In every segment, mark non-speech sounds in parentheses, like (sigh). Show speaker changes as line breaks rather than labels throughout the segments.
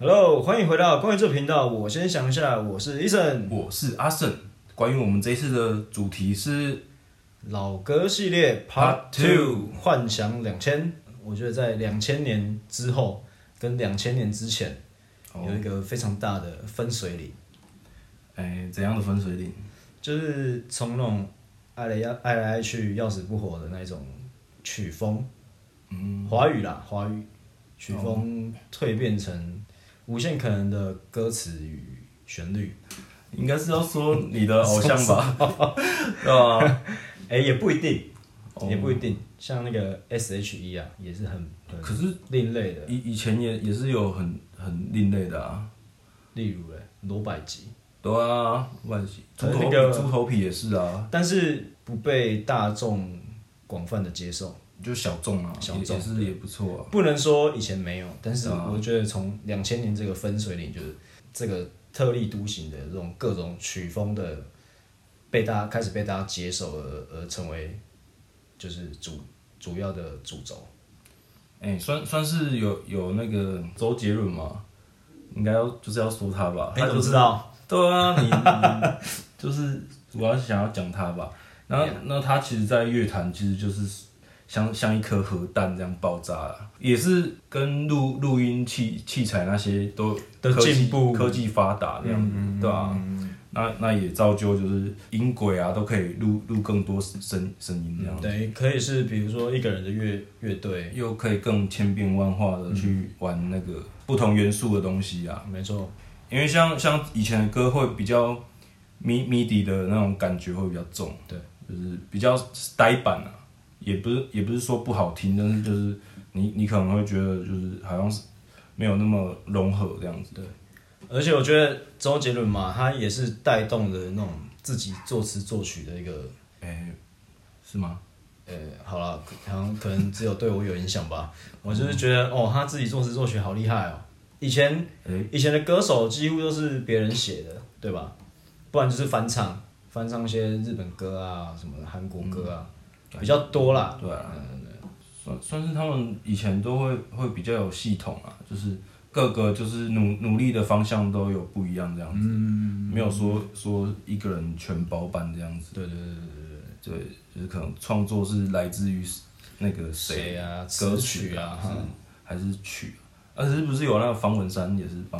Hello，欢迎回到关于这频道。我先想一下，我是 Eason，
我是阿胜。关于我们这一次的主题是，
老歌系列 Part
Part
Two，
Two
幻想两千。我觉得在两千年之后跟两千年之前
哦
有一个非常大的分水岭，
哎，怎样的分水岭？
就是从那种爱来要爱来爱去要死不活的那种曲风，
嗯，哦
华语啦，华语曲风蜕变成无限可能的歌词与旋律。
应该是要说你的偶像吧？
(laughs)
对啊吧？
哎、也不一定，
哦
也不一定。像那个 S.H.E 啊，也是很很
可是
另类的。
以以前也也是有很很另类的啊，
例如嘞，罗百吉，
对啊，万喜
可是
猪头
那
皮
个
猪头皮也是啊，
但是不被大众广泛的接受。
就小众啊，
小
也
众
也是也不错啊。
不能说以前没有，但是
对啊
我觉得从两千年这个分水岭，就是这个特立独行的这种各种曲风的被大家开始被大家接受而而成为就是主主要的主轴。
哎、算算是有有那个周杰伦嘛，应该要就是要说他吧，
你
他
怎
啊就
么
是
哎知道？
对啊，你你就是主要是想要讲他吧。然后那他其实，在乐坛其实就是像像一颗核弹这样爆炸了，也是跟录录音器器材那些都
的
科技
进步嗯
科技发达这样子，对啊。那那也造就就是音轨啊，都可以录录更多声声音这样，
等于嗯可以是比如说一个人的乐乐队，
又可以更千变万化的去玩那个不同元素的东西啊。
没错，
因为像像以前的歌会比较迷迷底的那种感觉会比较重，
对，
就是比较呆板啊，也不是也不是说不好听，但是就是你你可能会觉得就是好像是没有那么融合这样子。对，
而且我觉得周杰伦嘛，他也是带动了那种自己作词作曲的一个，
哎、是吗？
呃，好了，好像可能只有对我有影响吧。我就是觉得，哦，他自己作词作曲好厉害哦。以前
哎、
以前的歌手几乎都是别人写的，对吧？不然就是翻唱，翻唱一些日本歌啊，什么韩国歌啊，比较多啦。
对啊，算算是他们以前都会会比较有系统啊，就是各个就是努努力的方向都有不一样这样子，没有说说一个人全包办这样子。
嗯对对对对对对。
对，就是可能创作是来自于那个
谁啊
歌
词曲啊
还是还是曲啊，而且不是有那个方文山也是帮，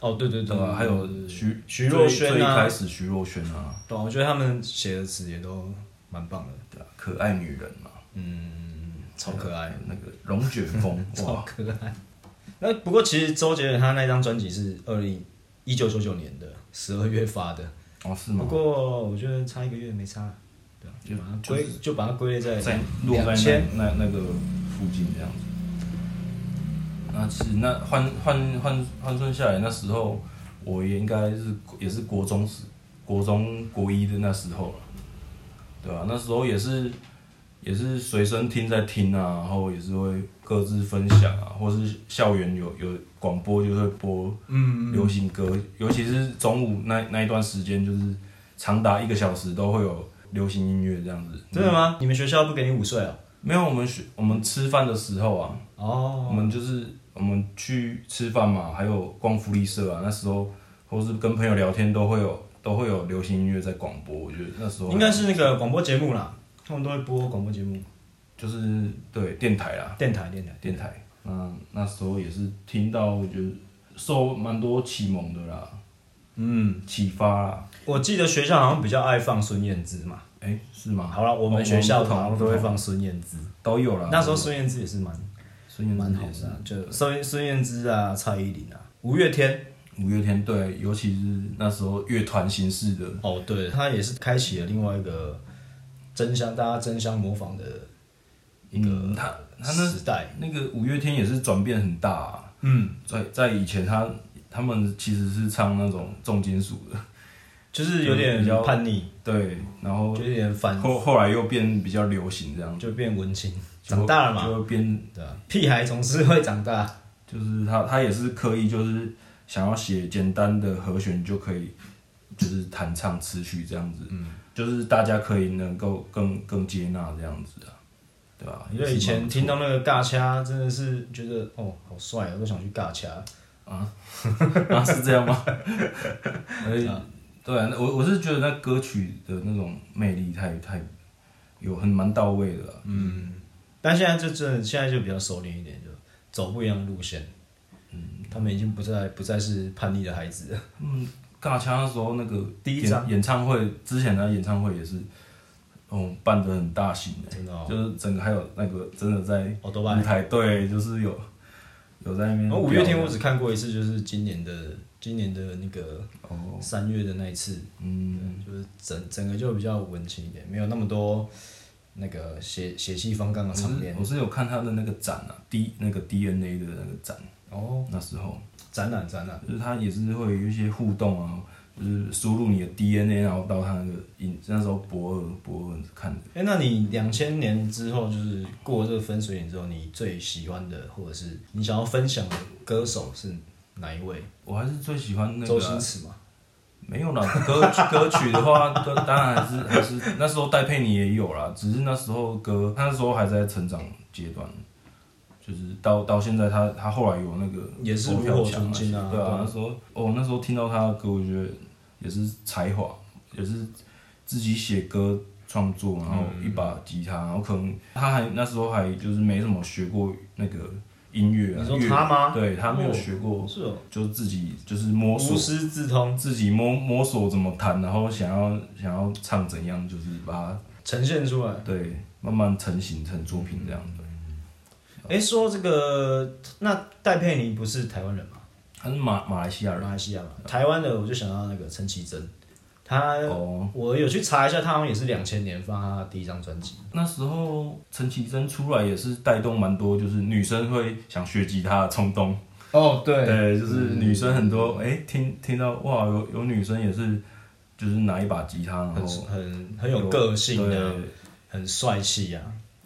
哦，对对对
对吧？还有徐
徐若瑄啊
最最一开始徐若瑄啊，
对啊，我觉得他们写的词也都蛮棒的，
对啊，可爱女人嘛，
嗯，超可爱。
那个龙
(laughs)
卷风
超
哇，
可爱。那不过其实周杰伦他那张专辑是二零一九九九年的十二月发的，
哦是
不
吗？
过我觉得差一个月没差，对啊，就把它归就把它归类在
在落在
两千
那那那个附近这样子。那其实那换换换换算下来，那时候我也应该是也是国中时，国中国一的那时候了，对吧、那时候也是也是随身听在听啊，然后也是会各自分享啊，或是校园有有广播就会播
嗯
流行歌，尤其是中午那那一段时间，就是长达一个小时都会有流行音乐这样子。
真的吗？你们学校不给你午睡哦？
没有，我们学我们吃饭的时候啊，我
哦，
们就是我们去吃饭嘛，还有逛福利社啊，那时候或是跟朋友聊天都会有都会有流行音乐在广播，我觉得那时候
应该是那个广播节目啦，他们都会播广播节目，
就是对电台啦，
电台电台。
电台，那那时候也是听到就是受蛮多启蒙的啦，
嗯，
启发啦，
我记得学校好像比较爱放孙燕姿嘛。
哎、是吗？
好了，我
哦
们学校
不同
好像都会放孙燕姿。
都有啦，
那时候孙燕姿也是蛮
孙燕
蛮
姿
好
也是
的啊，就孙孙燕姿啊、蔡依林啊、五月天。
五月天，对，尤其是那时候乐团形式的
哦，对，他也是开启了另外一个争相大家争相模仿的一
嗯
个
他他那
时代。
哎那个五月天也是转变很大、啊，
嗯，
在在以前他他们其实是唱那种重金属的，
就是有点哦
比较
叛逆，
对，然后
就有点反，
后后来又变比较流行这样，
就变文青，长大了嘛，
就会变
对啊，屁孩总是会长大。
就是他他也是刻意就是想要写简单的和弦就可以，就是弹唱词曲这样子，嗯，就是大家可以能够更更接纳这样子啊，对吧、啊？
哦因为以前听到那个尬掐，真的是觉得哦，好帅啊，都想去尬掐。 (laughs)
啊，是这样吗？ (laughs) 所以对啊，那我我是觉得那歌曲的那种魅力太太有很蛮到位的啊啦。
但现在就真的现在就比较收敛一点，就走不一样的路线。嗯，他们已经不再不再是叛逆的孩子了。
嗯，尬枪的时候那个
第一
演
张
演唱会之前的演唱会也是，哦，办的很大型的、
真的哦，
就是整个还有那个真的在
好多吧
舞。台对，就是有有在那边
然
表
后
演。
哦五月天我只看过一次，就是今年的今年的那个
哦，
三月的那一次，
嗯，
嗯，就是整整个就比较文青一点，没有那么多那个血血气方刚的
我
场
是
面。
我是有看他的那个展啊，D 那个 DNA 的那个展，
哦，
那时候
展览展览，
就是他也是会有一些互动啊，就是输入你的 DNA，然后到他那个影那时候博尔博尔看的，
哎、那你两千年之后，就是过了这个分水岭之后，你最喜欢的，或者是你想要分享的歌手是哪一位？
我还是最喜欢那
周
个啊、
星驰嘛？
没有啦，歌歌曲的话，歌当然还是还是那时候戴佩妮也有啦，只是那时候歌，她那时候还在成长阶段，就是到到现在她，她后来有那个
也是
佛
炉
跳
火
墙
纯青啊
对
对
啊，那时候哦，那时候听到她的歌，我觉得也是才华，也是自己写歌创作，然后一把吉他，然后可能她还那时候还就是没怎么学过那个音乐啊，
你说
乐
她吗
对，她没有学过，
是哦，
就自己就是摸索
无师自通，
自己摸摸索怎么弹，然后想要想要唱怎样，就是把
呈现出来
它。对慢慢成型成作品这样对，
哎、说这个，那戴佩妮不是台湾人吗？
他是马马来西亚人
马来西亚嘛。台湾的我就想到那个陈绮贞，她
哦。
我有去查一下，她好像也是两千年发她第一张专辑。
那时候陈绮贞出来也是带动蛮多，就是女生会想学吉他的冲动。
哦，对
对，就是女生很多哎、听听到哇，有有女生也是，就是拿一把吉他，然
很
后
很很有个性啊的、
嗯对
很帅气啊，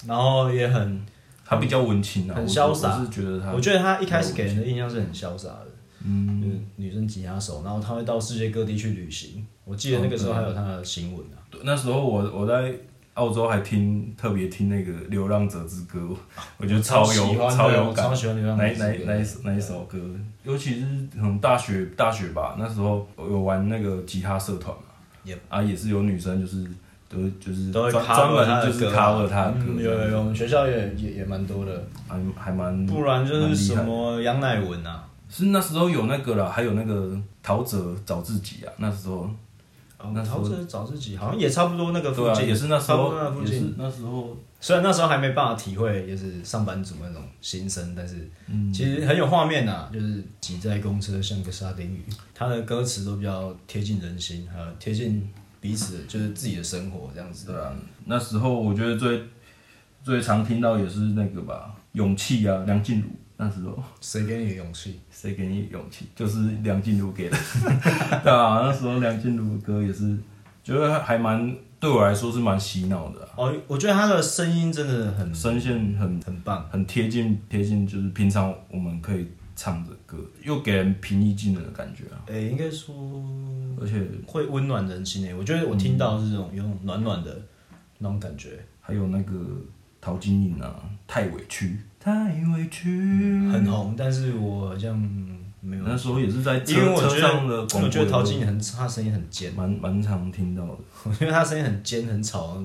然后也很，
她比较文青啊，
很
我
潇洒
我是觉得她，
我觉得他一开始给人的印象是很潇洒的，嗯，就是女生吉他手，然后他会到世界各地去旅行。我记得那个
哦
时候还有他的新闻啊，
那时候我我在澳洲还听特别听那个《流浪者之歌》， (laughs) 我觉得超
喜
有
欢的
超有
我
感
超。喜欢流浪
哪
者
一哪一哪一哪一首歌？尤其是可能大学大学吧，那时候有玩那个吉他社团嘛
Yep
啊也是有女生就是都就是
都会
专专
cover 他
门
的
就是
歌啊
cover 他的歌，
嗯有有有，我们学校也也也蛮多的，
还还蛮
不然就是什
蛮厉害
么杨乃文啊，
是那时候有那个啦，还有那个陶喆找自己啊，那时候
哦
那时
陶
候
喆找自己好像也差不多那个附
对啊
近，
也是那时
差不
候
多那个附
也
近。
是那时候
虽然那时候还没办法体会就是上班族那种心声，但是
嗯
其实很有画面呐、就是挤在公车像个沙丁鱼，他的歌词都比较贴近人心，还有贴近彼此，就是自己的生活这样子。
对啊，那时候我觉得最最常听到也是那个吧，勇气啊，梁静茹。那时候
谁给你的勇气？
谁给你勇气？就是梁静茹给的， (laughs) 对啊，那时候梁静茹的歌也是，觉得还蛮对我来说是蛮洗脑的啊、
哦，我觉得他的声音真的很
声线很
很棒，
很贴近贴近，就是平常我们可以唱的歌，又给人平易近人的感觉啊，
诶、应该说
而且
会温暖人心诶、我觉得我听到是这种有种暖暖的那种感觉，
还有那个陶晶莹啊，太委屈，太委屈，
很红，但是我好像没有，
那时候也是在车
因为我
车
觉
上的广播
得我觉得陶
有
晶莹很，她声音很尖。 (laughs)
蛮蛮常听到的。
我觉得他声音很尖很吵，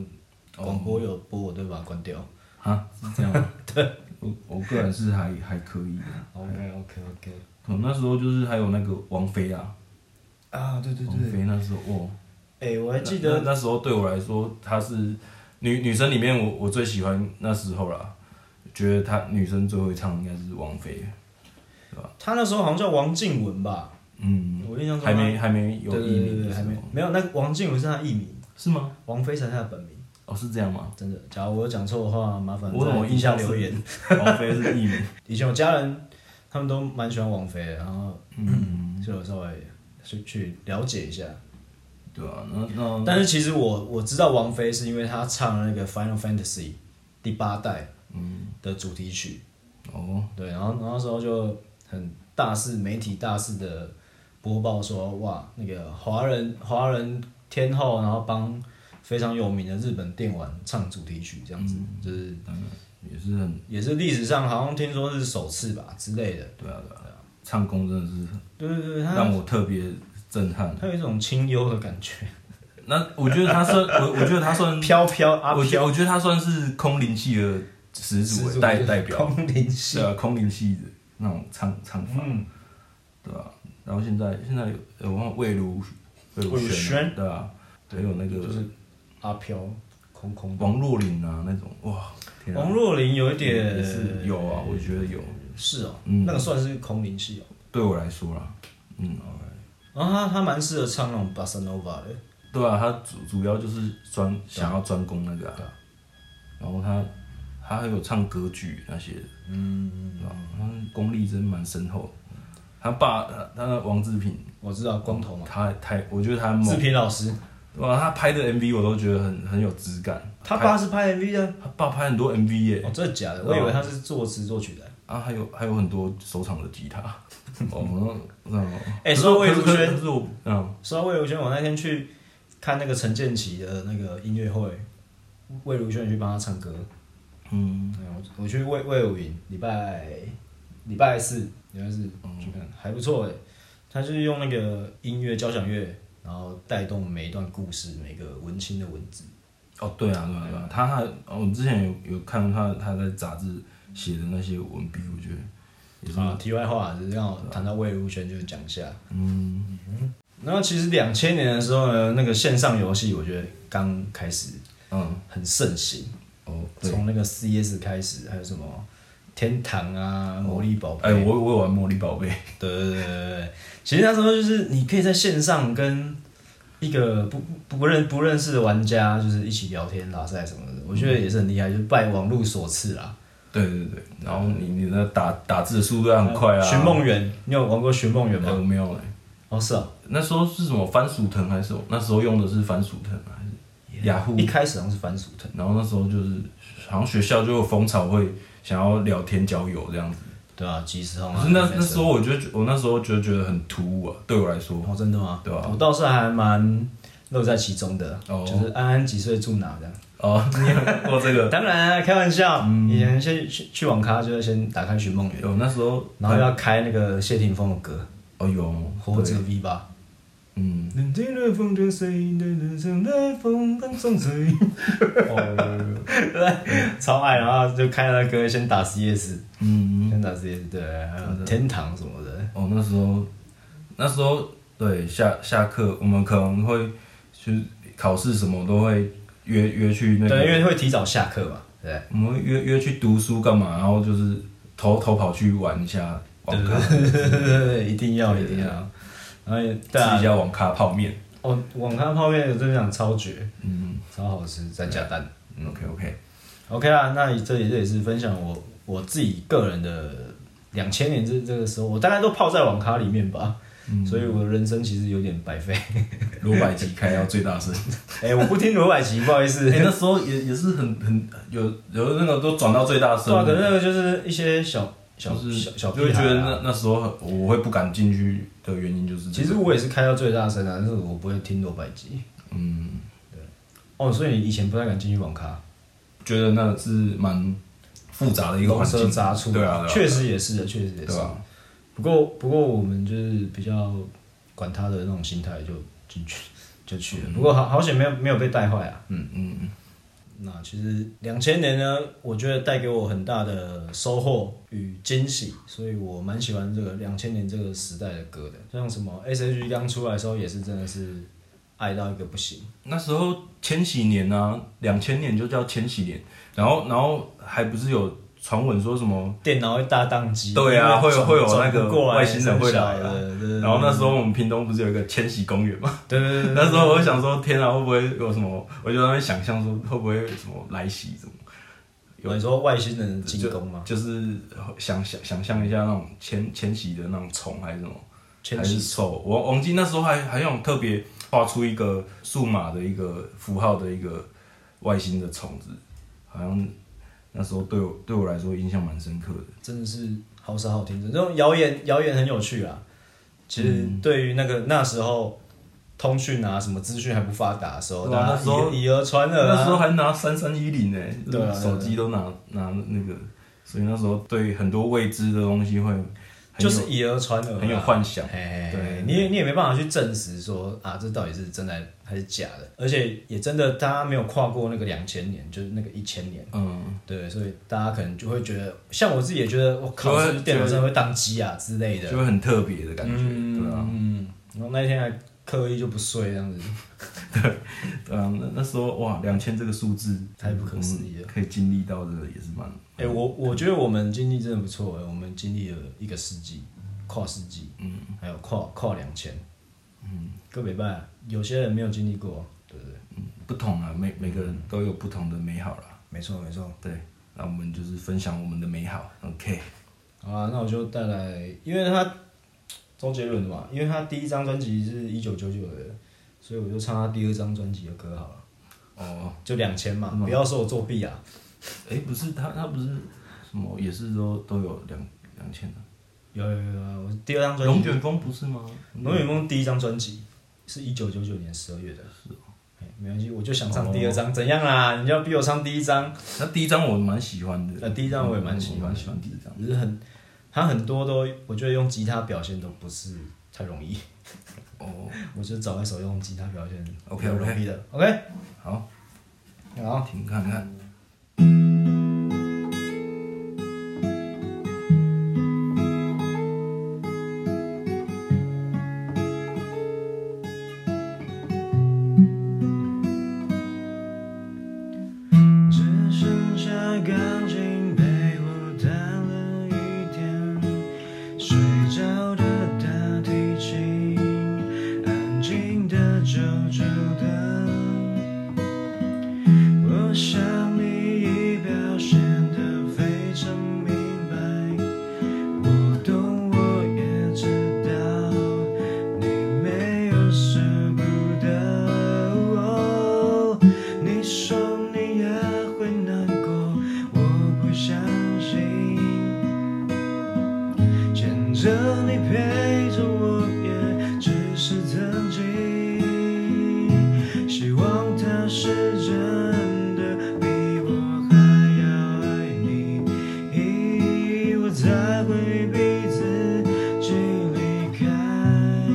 广播有播我都会把它关掉。
啊，是这样吗？ (laughs) 对，我我个人是还还可以的。
OK OK OK
我哦那时候就是还有那个王菲啊，
啊，对对
王
对，
菲那时候哦，
哎、我还记
那
得
那那时候对我来说，她是女女生里面我我最喜欢那时候啦，觉得她女生最会唱应该是王菲，
他那时候好像叫王静文吧，
嗯，
我印象中
还
他
没还没有
对
艺
对对
名
对
的时
还
候
没，没有那个王静文是他艺名，
是吗？
王菲才是他的本名。？
哦，是这样吗
(laughs) 真的，假如我有讲错的话，麻烦
我怎么
在底下
印象
留
是
言。 (laughs)
王菲是艺名，
以前我家人他们都蛮喜欢王菲的，然后
嗯，
就有稍微去去了解一下。
对啊，那那
但是其实我我知道王菲是因为她唱了那个《Final Fantasy》第八代
嗯
的主题曲。
哦，
对，然后然后那时候就很大肆媒体大肆的播报说，哇，那个华人华人天后，然后帮非常有名的日本电玩唱主题曲，这样
嗯
子，就是
也是很
也是历史上好像听说是首次吧之类的。
对啊对啊，唱功真的是
对对对，
让
他
我特别震撼。
他有一种清幽的感觉，
那我觉得
(laughs)
他算，我我觉得他算，
飘飘啊
我觉
飘，
我觉得他算是空灵系的始祖欸
始祖
代代表，
空灵
是
系，
啊，空灵系的那种唱唱法，
嗯，
对吧、然后现在现在有呃我忘魏如魏如
魏如
萱啊
萱，
对吧、还有那
就
个
是阿飘，空空的。
王若琳啊那种，哇，天啊
王若琳有一点
也是有啊，我觉得有，
是哦，
嗯
那个算是空灵系哦。
对我来说啦，嗯，
然后他他蛮适合唱那种 bossa nova 的，
对啊，他主主要就是专
啊
想要专攻那个、啊，然后他他还有唱歌剧那些的，嗯，对吧？他功力真蛮深厚的。他爸他他王志平，
我知道光头嘛，
他太我觉得他
志，
猛
平老师，
哇，他拍的 MV 我都觉得很很有质感。
他
拍
爸是拍 MV 的，
他爸拍很多 MV 耶、
哦，真的假的？
对
我
啊
以为他是作词作曲的。
啊，还有还有很多首场的
(laughs)
吉他，哦，那那
哎
可是
说到
我
魏如
可是
萱
可是我 (laughs) 嗯，
说到魏如萱，我那天去看那个陈建奇的那个音乐会，魏如萱也去帮他唱歌。
嗯，
嗯，我我去魏魏武营，礼拜礼拜四，礼拜四
嗯
去看，还不错哎。他就是用那个音乐交响乐，然后带动每一段故事，每个文青的文字。
哦，对啊，对啊，对啊，他还，哦我之前有有看他他在杂志写的那些文笔，我觉得也是，
啊，题外话，就是要谈到魏如萱，就是讲一下。
嗯，
然后其实两千年的时候呢，那个线上游戏我觉得刚开始
嗯，
很盛行，
哦，对，
从那个 CS 开始，还有什么天堂啊、魔力宝贝，
哎，我我有玩茉莉宝
(laughs)
贝，
对对对对对，其实那时候就是你可以在线上跟一个不不不认不认识的玩家，就是一起聊天拉塞什么的，我觉得也是很厉害，就是拜网络所赐啦。
对对对，然后你你的打打字的速度要很快啊，
嗯寻梦园，你有玩过寻梦园
哎
吗？
我没有嘞，
哦，是哦，
那时候是什么番薯藤还是什么？那时候用的是番薯藤啊还是雅虎
一？开始好像是番薯藤，
然后那时候就是好像学校就有风潮会想要聊天交友这样子，
对啊，即时通
可
啊。
是那那时候我就觉我那时候就觉得很突兀啊，对我来说，
哦，真的吗？
对啊
我倒是还蛮乐在其中的，
哦
就是安安几岁住哪这样。
哦，你有看过这个？
当然、啊，开玩笑，
嗯
以前先去去网咖就会先打开寻梦园，
有那时候，
然后要开那个谢霆锋的歌
哦有，
《活着 V 吧
嗯》。，
冷静的风筝谁的人生的风当中
(laughs)
谁？
哦，
对， (laughs) 超爱，然后就开那个歌，先打 CS，
嗯，
先打 CS，对，还有天堂什么的，
哦那时候，那时候对下下课，我们可能会去考试什么都会约约去那
对，因
个，
为会提早下课嘛，对，
我们会约约去读书干嘛，然后就是偷偷跑去玩一下网咖，
对对对对，一定要一定要，然后也对啊
吃一，下网咖泡面，
哦，网咖泡面我真的讲超绝，
嗯
超好吃，再加蛋。
，OK OK，
OK 啦，那这里这也是分享我我自己个人的两千年这这个时候，我大概都泡在网咖里面吧，
嗯
(laughs) 所以我的人生其实有点白费。
(laughs) 罗百吉开到最
(laughs)
大声，
哎、我不听罗百吉，不好意
(laughs)
思。
哎、那时候也也是很很有有那个都转到最大声
对啊，
了，
可是那个就是一些小小
就是
小小
就会
屁
觉
孩、
得
啊。
那那时候很我会不敢进去的原因就是
其
这个、
实我也是开到最大声啊，但是我不会听罗百吉。
嗯，
哦，所以你以前不太敢进去网咖，
觉得那是蛮复杂呃的一个
龙
环境
蛇，杂处，
对啊，对啊
确实也是的，确实也
对
是。
啊吧？
不过不过我们就是比较管他的那种心态就进去就去了。不过好好险没有没有被带坏啊。
嗯嗯，
那其实两千年呢，我觉得带给我很大的收获与惊喜，所以我蛮喜欢这个两千年这个时代的歌的。像什么 S.H.E 刚出来的时候，也是真的是爱到一个不行。
那时候千禧年啊，两千年就叫千禧年，然后然后还不是有传闻说什么？
电脑会大宕机，
嗯对啊
因为转
会有会有那个
转不过来
外星人会来啊
三小的对对对
然后那时候我们屏东不是有一个千禧公园吗？
对对对对
那时候我就想说，天啊，会不会有什么？我就在那边想象说，会不会有什么来袭什么？有
对，你说外星人进攻吗？
就是想想想象一下那种千千禧的那种虫还是什么？
千
还
禧
是丑。我王记那时候还还用特别画出一个数码的一个符号的一个外星的虫子，好像那时候对我对我来说印象蛮深刻的。
真的是好傻好天真，这种谣言谣言很有趣啊。其实
嗯
对于那个那时候通讯啊什么资讯还不发达的时候，
对啊
大
那时候
家以以讹传讹
那时候
啊，
还拿三三一零呢，
对啊
手机都拿拿那个，所以那时候对很多未知的东西会很
就
有
是以讹传讹啦，
很有幻想
哎，
对
你也你也没办法去证实说啊，这到底是真的还是假的，而且也真的大家没有跨过那个两千年，就是那个一千年，
嗯，
对，所以大家可能就会觉得，像我自己也觉得，我靠，
就会
是不是电脑真的会宕机啊之类的
就，会很特别的感觉，对啊，
嗯，然后那天还刻意就不睡这样子，
对啊，那那时候哇，两千这个数字
太不可思议了
嗯可以经历到这个也是蛮，
哎、我我觉得我们经历真的不错、哎，我们经历了一个世纪，跨世纪，
嗯，
还有跨跨两千，
嗯，
个礼拜，有些人没有经历过，对不对？
不同啊，每每个人都有不同的美好啦。
没错没错。
对，那我们就是分享我们的美好，OK，
好啊，那我就带来，因为他周杰伦的嘛，因为他第一张专辑是一九九九的，所以我就唱他第二张专辑的歌好了，
哦，
就两千嘛，
嗯
不要说我作弊啊。
哎，不是他，他不是什么，也是都都有两两千的。
有有有有，我第二张专
龙
辑《
卷风不是吗？
龙卷风》第一张专辑是一九九九年十二月的。是
哦
没关系，我就想唱第二张，怎样啦？你就要逼我唱第一张，
那第一张我蛮喜欢的，
那啊第一张我也蛮喜欢的
我蛮喜欢第一张。
只是很，他很多都，我觉得用吉他表现都不是太容易， (laughs)
哦，
我就找一首用吉他表现
OK，OK
比较容易的，OK，
好，
好。
听看看。
只剩下钢琴陪我弹了一天，睡着的大提琴，安静的久久的。我想你已表现得非常明白，我懂我也知道，你没有舍不得。你说你也会难过，我不相信。牵着你陪着我，也只是曾经。希望他是真的，比我还要爱你，我才会逼自己离开。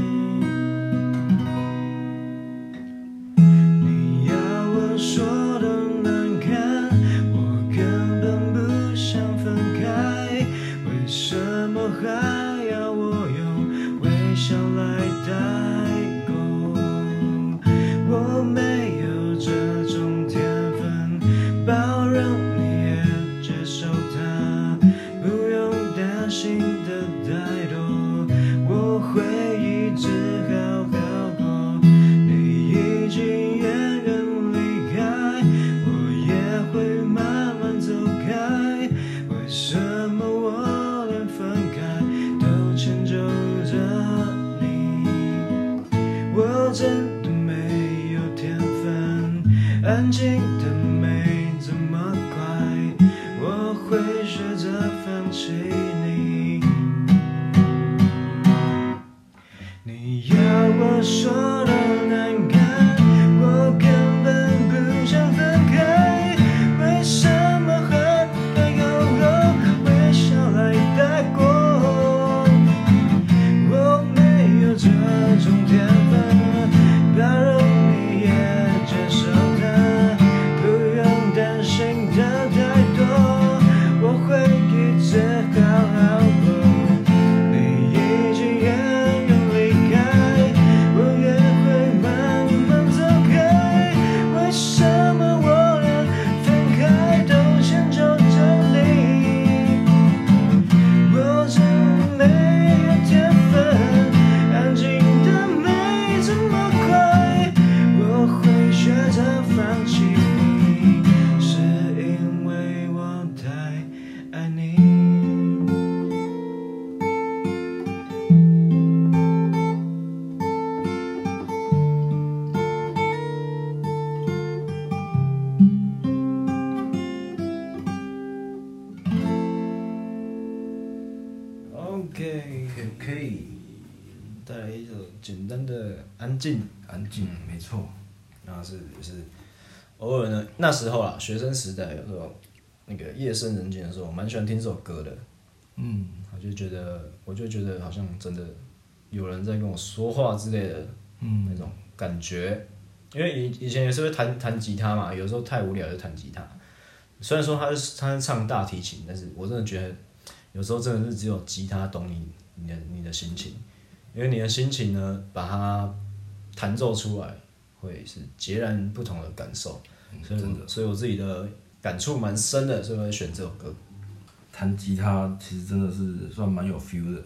你要我说的难看，我根本不想分开，为什么还要我用微笑来带过？我没有这种天分，包容你也接受它，不用担心的太多，我会一直好好过。你已经远远离开，我也会慢慢走开。为什么我连分开都迁就着你？我真的没有天分，安静的没这么快，我会学着放弃你。你要我说的难看，我根本不想分开，为什么还要用微笑来带过？我没有这种天分，包容你也接受它，不用担心的太多，我会一直好好过。你已经远远离开，我也会慢慢走开。为什么我连分开都迁就着你？我真没有天分，安静的没这么快，我会学着放弃你，是因为我太爱你。OK，
可以可以，
带来一首简单的安静，
安静，没错。
然后是是偶尔呢，那时候啊，学生时代有时候那个夜深人静的时候，我蛮喜欢听这首歌的，
嗯，
我就觉得，我就觉得好像真的有人在跟我说话之类的
嗯
那种感觉。因为以以前也是会弹弹吉他嘛，有时候太无聊就弹吉他。虽然说他是他是唱大提琴，但是我真的觉得有时候真的是只有吉他懂你你的你的心情，因为你的心情呢，把它弹奏出来会是截然不同的感受。
嗯
所以
真
我所以我自己的感触蛮深的，所以我会选这首歌。
弹吉他其实真的是算蛮有 feel 的。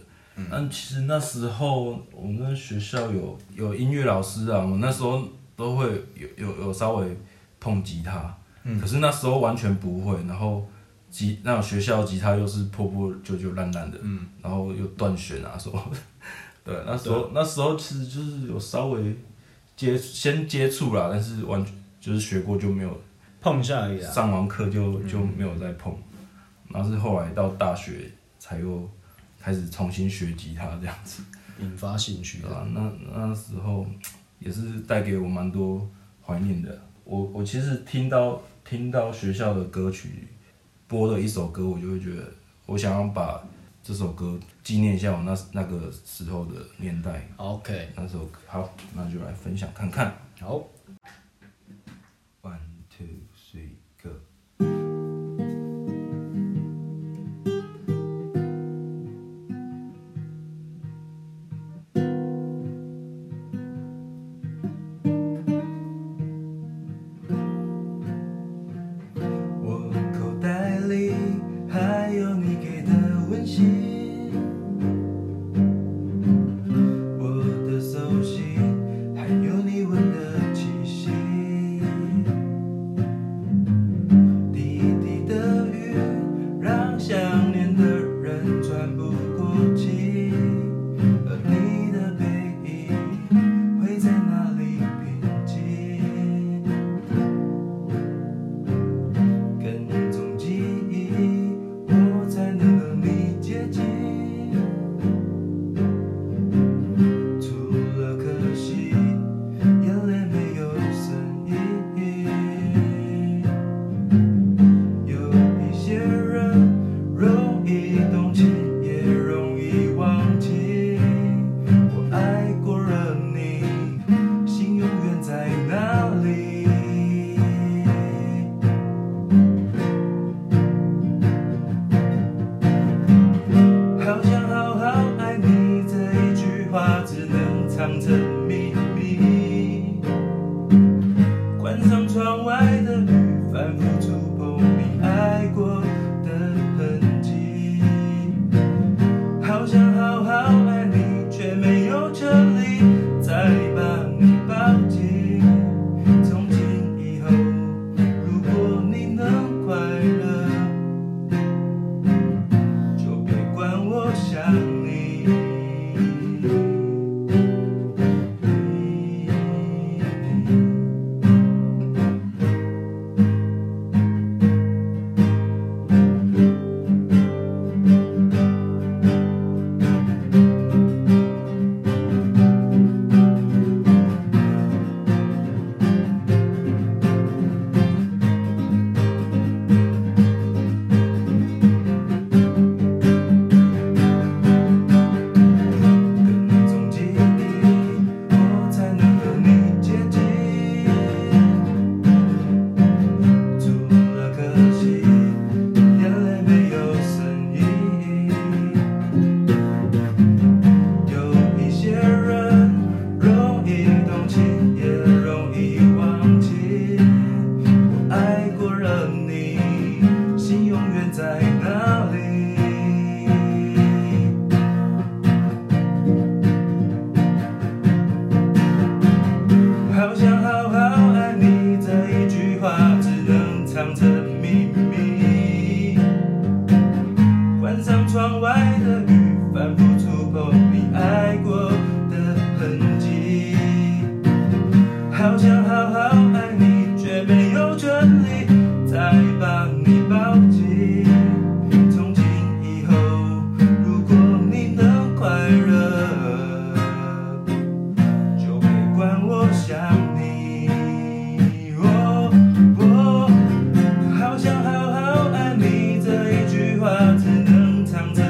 但其实那时候我们学校有有音乐老师啊，我那时候都会有有有稍微碰吉他，可是那时候完全不会。然后吉那种学校吉他又是破破旧旧烂烂的，然后又断弦啊什么 (laughs) 的。对，那时候那时候其实就是有稍微接先接触啦，但是完全就是学过就没有
碰一下而已啦，
上完课就就没有再碰，然后是后来到大学才又开始重新学吉他这样子，
引发兴趣
对
的。
吧、那那时候也是带给我蛮多怀念的。我我其实听到听到学校的歌曲播了一首歌，我就会觉得我想要把这首歌纪念一下我那那个时候的年代。
OK，
那首歌好，那就来分享看看。
好，
One two three go。我口袋里还有你给的温馨，我的手心还有你吻的气息，滴滴的雨让想念的人喘不过气，而你的背影会在哪里平静？跟踪记忆，我才能和你接近。除了可惜，眼泪没有声音。有一些人容易动情，也容易忘记。我爱过了你，心永远在哪里？好想好好爱你，这一句话只能藏成秘密。关上窗外的雨，反复触碰你爱过的痕迹。好想好好爱你，却没有权利再把你抱紧。从今以后，如果你能快乐。就别管我想你。跟踪记忆，我才能和你接近。除了可惜，眼泪没有声音。有一些人容易动情，也容易忘记。我爱过了你，心永远在哪里？好想好好爱你，这一句话只能藏着秘密。关上窗外的雨，反复触碰你爱过的痕迹。好想好好爱你，却没有权利再把你抱紧。从今以后，如果你能快乐。就别管我想你。哦，我好想好好爱你，这一句话只能藏着。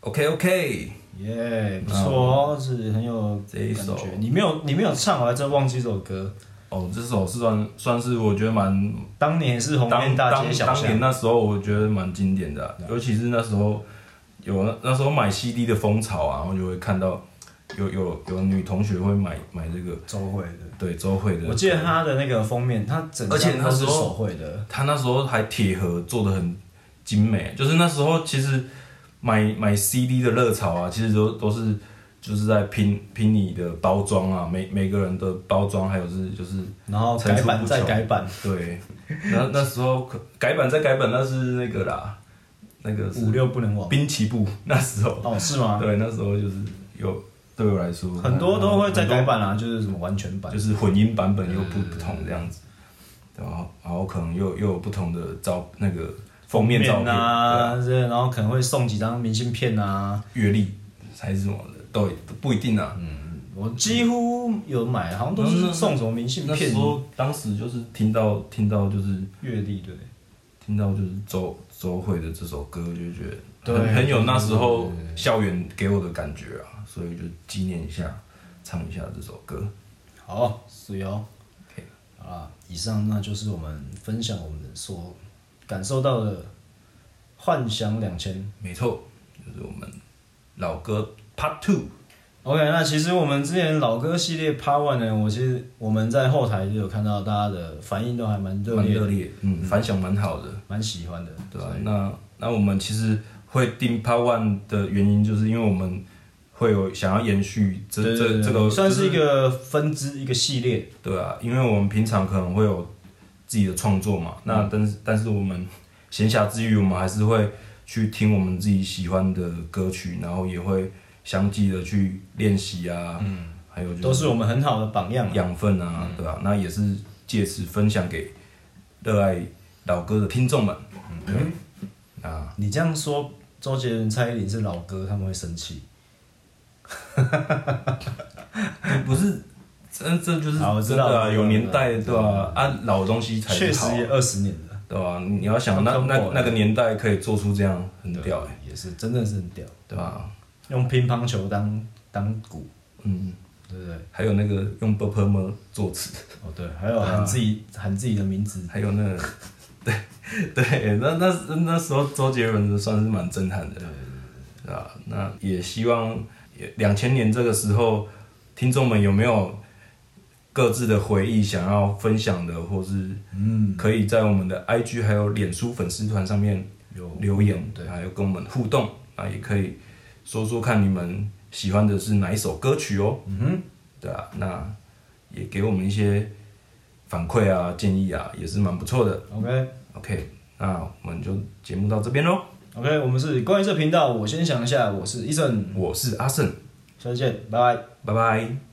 OK OK，
耶、不错哦，是很有
这一
感
首
觉。你没有你没有唱，我还真忘记这首歌。
哦，这首是算算是我觉得蛮
当年也是红遍
当
大
当
街小
当年
巷，
那时候我觉得蛮经典的啊、尤其是那时候有那那时候买 CD 的风潮啊，然后就会看到有有有女同学会买买这个，
周慧的。
对周慧的，
我记得他的那个封面，他整
而且
张
那
都
时
是
候
手绘的，
他那时候还铁盒做的很精美，就是那时候其实买买 CD 的热潮啊，其实都都是就是在拼拼你的包装啊，每每个人的包装，还有是就是
然后
层
改
出
版
不
再
穷
改版，
对，那那时候可改版再改版，那是那个啦，那个是
五六不能
(laughs)
忘。
滨崎步那时候，
哦，是吗？
对，那时候就是有对我来说
很多都会再改
很多
版啊，就是什么完全版
就。是混音版本又不不同这样子，然后然后可能又又有不同的照那个封面照片对啊
啊，这然后可能会送几张明信片啊。
阅历还是什么的，都都不一定啊。
我几乎有买，好像都是送什么明信
那时
片、
候当时就是听到听到就是
阅历，对。
听到就是周周慧的这首歌，就觉得
对
很很有那时候校园给我的感觉啊，所以就纪念一下，唱一下这首歌。
好，是由
OK
好啦，以上那就是我们分享我们所感受到的幻想两千。
没错，就是我们老歌 Part Two。
OK，那其实我们之前老歌系列 Part One 呢，我其实我们在后台就有看到大家的反应都还蛮热
蛮
烈
热
的，
烈，嗯，反响蛮好的，
蛮喜欢的。
对吧、那那我们其实会定 Part One 的原因，就是因为我们会有想要延续这
对对对
这这个，
算
就是
一个分支，一个系列。
对啊，因为我们平常可能会有自己的创作
嗯
嘛，那但是但是我们闲暇之余，我们还是会去听我们自己喜欢的歌曲，然后也会相继的去练习啊，嗯，还有就
都是我们很好的榜样啊。
养分啊，对吧、那也是借此分享给热爱老歌的听
(laughs)
众们，嗯，啊。
你这样说，周杰伦、蔡依林是老歌，他们会生气。
不是，这这就是
好我知
真
道
的
我
啊，
知道
有年代对吧？按老东西才
确
好啊
实，也二十年了，
对吧？你要想那
中国
那
人
那个年代可以做出这样，很屌哎，
欸也是真的是很屌，
对吧？
用乒乓球当当鼓，
嗯，
对不对？
还有那个用 b u r p m 作词，
哦对，还有喊自己、喊自己的名字，
还有那 (laughs) 个对对，那那那时候周杰伦算是蛮震撼的，对吧？那也希望两千年这个时候，听众们有没有各自的回忆想要分享的，或是？
嗯，
可以在我们的 IG 还有脸书粉丝团上面
有
留言，
对
还有跟我们互动啊，也可以说说看你们喜欢的是哪一首歌曲哦，
嗯哼，
对啊，那也给我们一些反馈啊、建议啊，也是蛮不错的。
OK
OK，那我们就节目到这边喽，
OK，我们是关于这频道，我先想一下，我是 Eason，
我是阿胜，
下次见，拜拜。
拜拜。